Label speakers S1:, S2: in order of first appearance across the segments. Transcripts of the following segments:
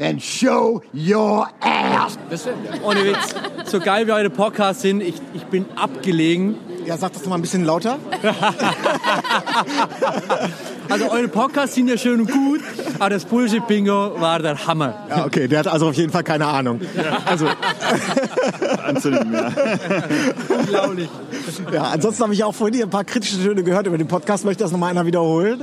S1: and show your ass.
S2: Ohne Witz, so geil wie eure Podcasts sind, ich, ich bin abgelegen.
S3: Ja, sag das noch mal ein bisschen lauter.
S2: Also eure Podcasts sind ja schön und gut, aber das Bullshit-Bingo war der Hammer.
S3: Ja, okay, der hat also auf jeden Fall keine Ahnung. Also,
S4: anzunehmen, ja.
S2: Unglaublich.
S3: ja, ansonsten habe ich auch vorhin hier ein paar kritische Töne gehört über den Podcast. Möchte das nochmal einer wiederholen?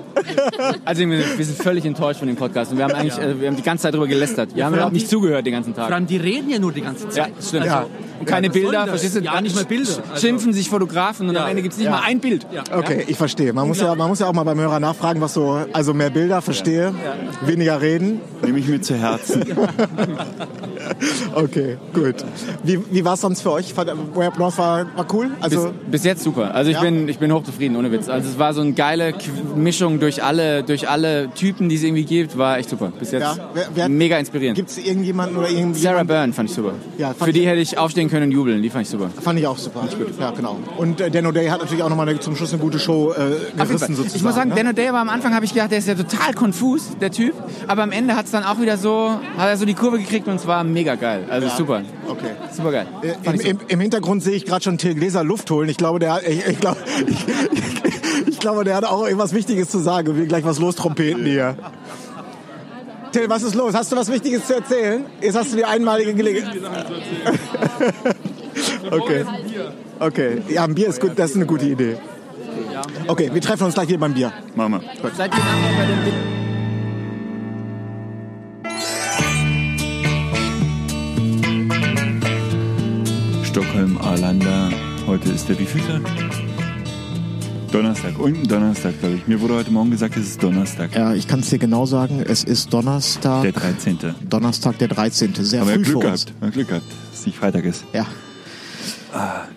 S5: Also wir wir sind völlig enttäuscht von dem Podcast und wir haben eigentlich, äh, wir haben die ganze Zeit drüber gelästert. Wir
S2: vor allem
S5: haben überhaupt nicht
S2: die-
S5: zugehört den ganzen
S2: Vor
S5: Tag.
S2: allem, die reden ja nur die ganze
S5: Ja,
S2: Zeit.
S5: stimmt.
S2: Also,
S5: Und keine
S2: was soll
S5: Bilder,
S2: das?
S5: verstehst du?
S2: Ja, nicht mal Bilder. Also-
S5: Schimpfen sich Fotografen und
S2: Ja.
S5: am Ende gibt es nicht mal ein Bild.
S2: Äh,
S3: Okay, ich verstehe. Man muss, ja, man muss ja auch mal beim Hörer nachfragen, was so, also mehr Bilder, verstehe, weniger reden.
S4: Nehme ich mir zu Herzen.
S3: Okay, gut. Wie, wie war es sonst für euch? Fand- Way Up North war, war cool?
S5: Bis,
S3: Also,
S5: bis jetzt super. Also ich
S3: Ja.
S5: bin ich bin hochzufrieden, ohne Witz. Also es war so eine geile Qu- Mischung durch alle durch alle Typen, die es irgendwie gibt, war echt super. Bis jetzt
S3: Ja. Wer- wer-
S5: mega inspirierend.
S3: gibt es irgendjemanden oder irgendwie?
S5: Sarah Byrne fand ich super.
S3: Ja, fand
S5: Für
S3: ich-
S5: die hätte ich aufstehen können und jubeln, die fand ich super.
S3: Fand ich auch super. Ja, genau. Und äh, Dan O'Day hat natürlich auch nochmal zum Schluss eine gute Show äh, gerissen sozusagen.
S5: Ich muss sagen,
S3: ne?
S5: Dan O'Day war am Anfang, habe ich gedacht, der ist ja total konfus, der Typ. Aber am Ende hat es dann auch wieder so, hat er so die Kurve gekriegt und es war mega geil. Also super,
S3: Okay.
S5: super geil.
S3: Äh, Im, im, Im Hintergrund sehe ich gerade schon Till Gläser Luft holen. Ich glaube, der, hat- ich, ich, glaube, ich, ich, glaube, der hat auch irgendwas Wichtiges zu sagen. Wir will gleich was lostrompeten hier. Till, was ist los? Hast du was Wichtiges zu erzählen? Jetzt hast du die einmalige Gelegenheit. okay. Okay. Ja, ein Bier ist gut. Das ist eine gute Idee. Okay, wir treffen uns gleich hier beim Bier.
S4: Mama.
S5: Seid ihr nachher bei dem Ding?
S4: Stockholm, Arlanda. Heute ist der wievielte? Donnerstag. Und Donnerstag, glaube ich. Mir wurde heute Morgen gesagt, es ist Donnerstag.
S3: Ja, ich kann es dir genau sagen. Es ist Donnerstag.
S4: Der 13.
S3: Donnerstag, der 13. Sehr
S4: Aber er hat Glück gehabt. Er hat Glück gehabt, dass es nicht Freitag ist.
S3: Ja.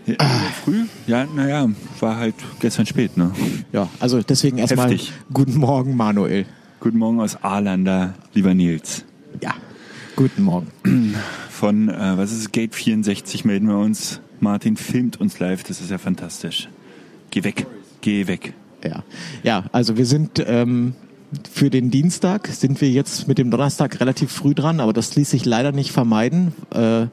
S4: Ja, Früh? Ja, naja, war halt gestern spät, ne?
S3: ja, also deswegen
S4: erstmal Heftig.
S3: guten Morgen, Manuel.
S4: Guten Morgen aus Arlanda, lieber Nils.
S3: Ja, guten Morgen.
S4: Von, äh, was ist es, Gate 64 melden wir uns. Martin filmt uns live, das ist ja fantastisch. Geh weg, geh weg.
S6: Ja, ja also wir sind ähm, für den Dienstag, sind wir jetzt mit dem Donnerstag relativ früh dran, aber das ließ sich leider nicht vermeiden. Äh,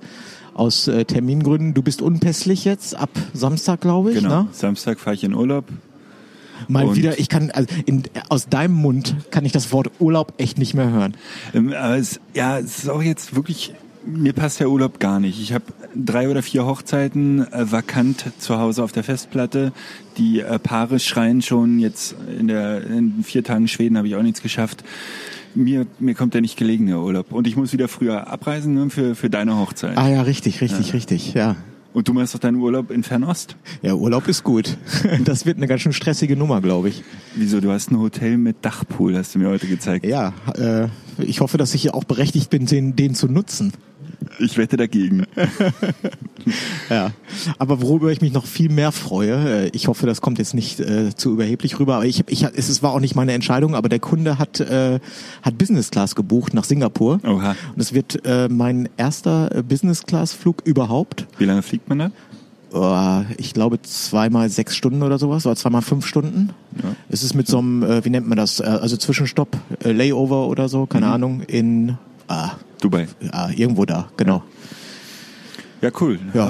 S6: aus äh, Termingründen. Du bist unpässlich jetzt ab Samstag, glaube ich.
S4: Genau,
S6: Ne?
S4: Samstag fahre ich in Urlaub.
S6: Mal
S4: Und-
S6: wieder, ich kann, also in, aus deinem Mund kann ich das Wort Urlaub echt nicht mehr hören.
S4: Ähm, aber es, ja, es ist auch jetzt wirklich, mir passt der Urlaub gar nicht. Ich habe drei oder vier Hochzeiten äh, vakant zu Hause auf der Festplatte. Die äh, Paare schreien schon, jetzt in, der, in vier Tagen Schweden habe ich auch nichts geschafft. Mir, mir kommt der nicht gelegene Urlaub. Und ich muss wieder früher abreisen ne, für, für deine Hochzeit.
S6: Ah ja, richtig, richtig, richtig, ja.
S4: Und du machst doch deinen Urlaub in Fernost?
S6: Ja, Urlaub ist gut. Das wird eine ganz schön stressige Nummer, glaube ich.
S4: Wieso? Du hast ein Hotel mit Dachpool, hast du mir heute gezeigt.
S6: Ja, äh, ich hoffe, dass ich hier auch berechtigt bin, den, den zu nutzen.
S4: Ich wette dagegen.
S6: Ja, aber worüber ich mich noch viel mehr freue, äh, ich hoffe, das kommt jetzt nicht äh, zu überheblich rüber, aber ich, ich, es ist- war auch nicht meine Entscheidung, aber der Kunde hat, äh, hat Business Class gebucht nach Singapur.
S4: Oha.
S6: Und es wird äh, mein erster äh, Business Class Flug überhaupt.
S4: Wie lange fliegt man da?
S6: Oh, ich glaube zweimal sechs Stunden oder sowas, oder zweimal fünf Stunden. Es ist mit so einem, äh, wie nennt man das, äh, also Zwischenstopp, äh, Layover oder so, keine Ahnung, in ah,
S4: Dubai.
S6: ah, irgendwo da, genau.
S4: Ja, cool.
S6: Ja.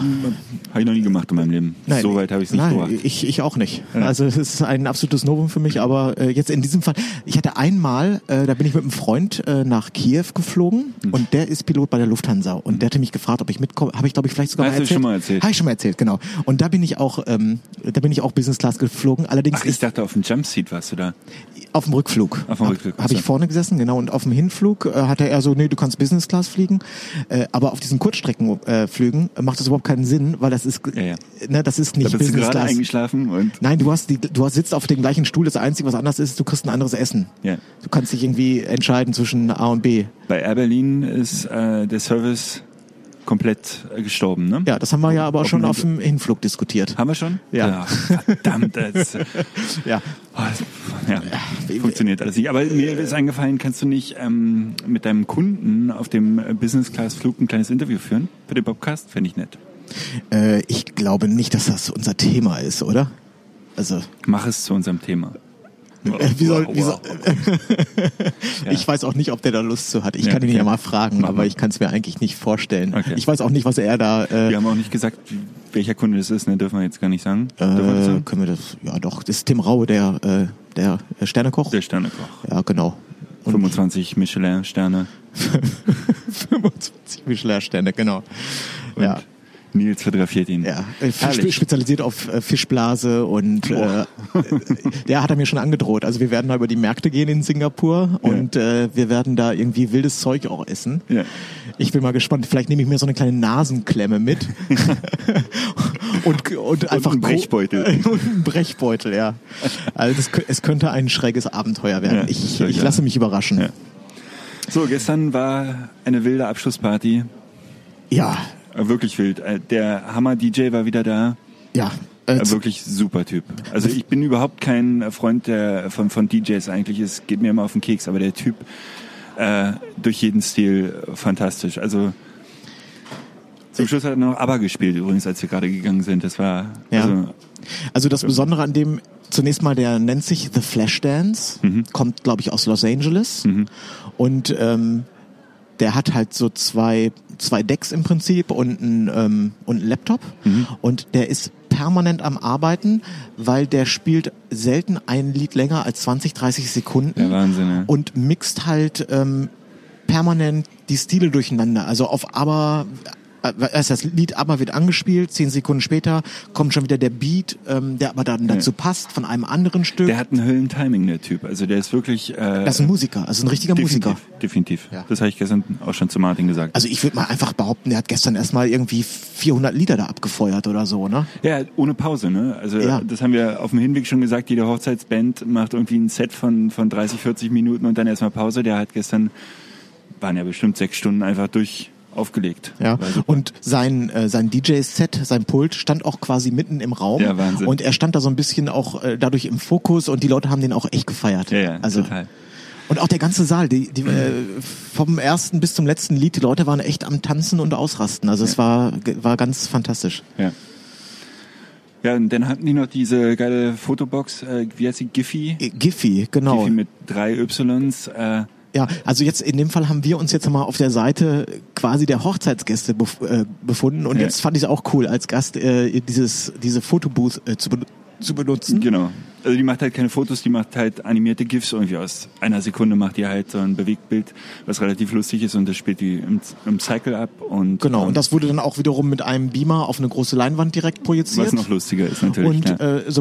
S4: Habe ich noch nie gemacht in meinem Leben. so weit habe ich es nicht
S6: nein,
S4: gemacht.
S6: Ich, ich auch nicht. Also es ist ein absolutes Novum für mich, aber äh, jetzt in diesem Fall, ich hatte einmal, äh, da bin ich mit einem Freund äh, nach Kiew geflogen
S4: Mhm.
S6: und der ist Pilot bei der Lufthansa und der hatte mich gefragt, ob ich mitkomme. Habe ich glaube ich vielleicht sogar
S4: Hast
S6: mal
S4: du
S6: erzählt.
S4: schon mal erzählt.
S6: Habe ich schon mal erzählt, genau. Und da bin ich auch, ähm, da bin ich auch Business Class geflogen. Allerdings
S4: Ach, ich dachte, auf dem Jumpseat warst du da.
S6: auf dem Rückflug.
S4: Auf dem Rückflug,
S6: Habe ich
S4: achso.
S6: vorne gesessen, genau. Und auf dem Hinflug äh, hatte er so, nee, du kannst Business Class fliegen. Äh, aber auf diesen Kurzstreckenflügen äh, macht das überhaupt keinen Sinn, weil das ist,
S4: Ja, ja.
S6: Ne, das ist
S4: Da
S6: nicht
S4: bist du
S6: Business
S4: gerade
S6: Class.
S4: eingeschlafen und
S6: Nein, du hast die, du hast, sitzt auf dem gleichen Stuhl. Das Einzige, was anders ist, du kriegst ein anderes Essen.
S4: Ja.
S6: Du kannst dich irgendwie entscheiden zwischen A und B.
S4: bei Air Berlin ist äh, der Service komplett äh, gestorben, ne?
S6: Ja, das haben wir ja aber auch
S4: Auf
S6: schon
S4: dem
S6: auf dem Hinflug diskutiert.
S4: Haben wir schon?
S6: Ja.
S4: verdammt, das,
S6: Ja,
S4: oh, das ja, funktioniert alles nicht. Aber mir ist eingefallen, kannst du nicht ähm, mit deinem Kunden auf dem Business-Class-Flug ein kleines Interview führen? Für den Podcast? Fände ich nett.
S6: äh, ich glaube nicht, dass das unser Thema ist, oder? Also,
S4: Mach es zu unserem Thema.
S6: äh, wie soll, wie soll, ich weiß auch nicht, ob der da Lust zu hat. Ich
S4: Ja,
S6: kann ihn
S4: okay.
S6: ja mal fragen,
S4: Mach
S6: aber
S4: mal.
S6: ich kann es mir eigentlich nicht vorstellen.
S4: Okay.
S6: Ich weiß auch nicht, was er da. Äh,
S4: Wir haben auch nicht gesagt, welcher Kunde das ist, ne? Dürfen wir jetzt gar nicht sagen. Dürfen wir das
S6: äh,
S4: sagen?
S6: können wir das? Ja, doch. Das ist Tim Raue, der, äh, der Sternekoch.
S4: Der Sternekoch.
S6: ja, genau. Und
S4: 25 Michelin-Sterne.
S6: 25 Michelin-Sterne, genau. Ja.
S4: Nils fotografiert ihn.
S6: Ja, äh, Fisch-
S4: Herrlich.
S6: spezialisiert auf äh, Fischblase und äh, der hat er mir schon angedroht. Also wir werden da über die Märkte gehen in Singapur und äh, wir werden da irgendwie wildes Zeug auch essen.
S4: Ja.
S6: Ich bin mal gespannt. Vielleicht nehme ich mir so eine kleine Nasenklemme mit und, und einfach
S4: einen
S6: gro-
S4: Brechbeutel.
S6: und einen Brechbeutel, ja. Also es, kö- es könnte ein schräges Abenteuer werden.
S4: Ja,
S6: ich
S4: sicher.
S6: ich lasse mich überraschen.
S4: Ja. So, gestern war eine wilde Abschlussparty.
S6: Ja,
S4: Äh, Wirklich wild. Äh, Der Hammer-DJ war wieder da.
S6: ja. Äh,
S4: Äh, Wirklich super Typ. Also ich bin überhaupt kein äh, Freund der, von, von DJs eigentlich. Es geht mir immer auf den Keks, aber der Typ äh, durch jeden Stil äh, fantastisch. Also zum Schluss hat er noch ABBA gespielt übrigens, als wir gerade gegangen sind. Das war
S6: Ja.
S4: also,
S6: Also das Besondere an dem, zunächst mal, der nennt sich The Flashdance,
S4: Mhm.
S6: kommt, glaube ich, aus Los Angeles. Und ähm, der hat halt so zwei, zwei Decks im Prinzip und einen, ähm, und einen Laptop.
S4: Mhm.
S6: Und der ist permanent am Arbeiten, weil der spielt selten ein Lied länger als 20, 30 Sekunden
S4: der Wahnsinn. Ja.
S6: und mixt halt ähm, permanent die Stile durcheinander. Also auf Aber, äh, also das Lied Aber wird angespielt, zehn Sekunden später kommt schon wieder der Beat, ähm, der aber dann dazu passt von einem anderen Stück.
S4: Der hat äh, einen Höllentiming, der Typ. Also der ist wirklich äh,
S6: das ist ein Musiker, also ein richtiger
S4: definitiv,
S6: Musiker.
S4: definitiv.
S6: Ja.
S4: Das habe ich gestern auch schon zu Martin gesagt.
S6: Also ich würde mal einfach behaupten, der hat gestern erstmal irgendwie 400 Lieder da abgefeuert oder so, ne?
S4: Ja, ohne Pause, ne? Also
S6: Ja.
S4: das haben wir auf dem Hinweg schon gesagt, jede Hochzeitsband macht irgendwie ein Set von, von 30, 40 Minuten und dann erstmal Pause. Der hat gestern, waren ja bestimmt sechs Stunden einfach durch aufgelegt. Also,
S6: Ja.
S4: War super.
S6: Und sein, äh, sein DJ-Set, sein Pult stand auch quasi mitten im Raum.
S4: Ja, Wahnsinn.
S6: Und er stand da so ein bisschen auch äh, dadurch im Fokus und die Leute haben den auch echt gefeiert.
S4: ja, ja,
S6: also,
S4: total.
S6: Und auch der ganze Saal, die, die, äh, vom ersten bis zum letzten Lied, die Leute waren echt am Tanzen und Ausrasten. Also es war, ge- war ganz fantastisch.
S4: Ja. ja, und dann hatten die noch diese geile Fotobox, äh, wie heißt sie, Giphy?
S6: Äh, Giphy, genau.
S4: Giphy mit drei Ys. Äh,
S6: Ja, also jetzt in dem Fall haben wir uns jetzt mal auf der Seite quasi der Hochzeitsgäste bef äh, befunden und
S4: Ja.
S6: jetzt fand ich es auch cool, als Gast äh, dieses diese Fotobooth äh, zu, ben zu benutzen.
S4: Genau. Also die macht halt keine Fotos, die macht halt animierte GIFs irgendwie aus. Einer Sekunde macht die halt so ein Bewegtbild, was relativ lustig ist und das spielt die im, im Cycle ab und ähm,
S6: Genau,
S4: und
S6: und das wurde dann auch wiederum mit einem Beamer auf eine große Leinwand direkt projiziert.
S4: was noch lustiger ist natürlich.
S6: und
S4: ja.
S6: äh, so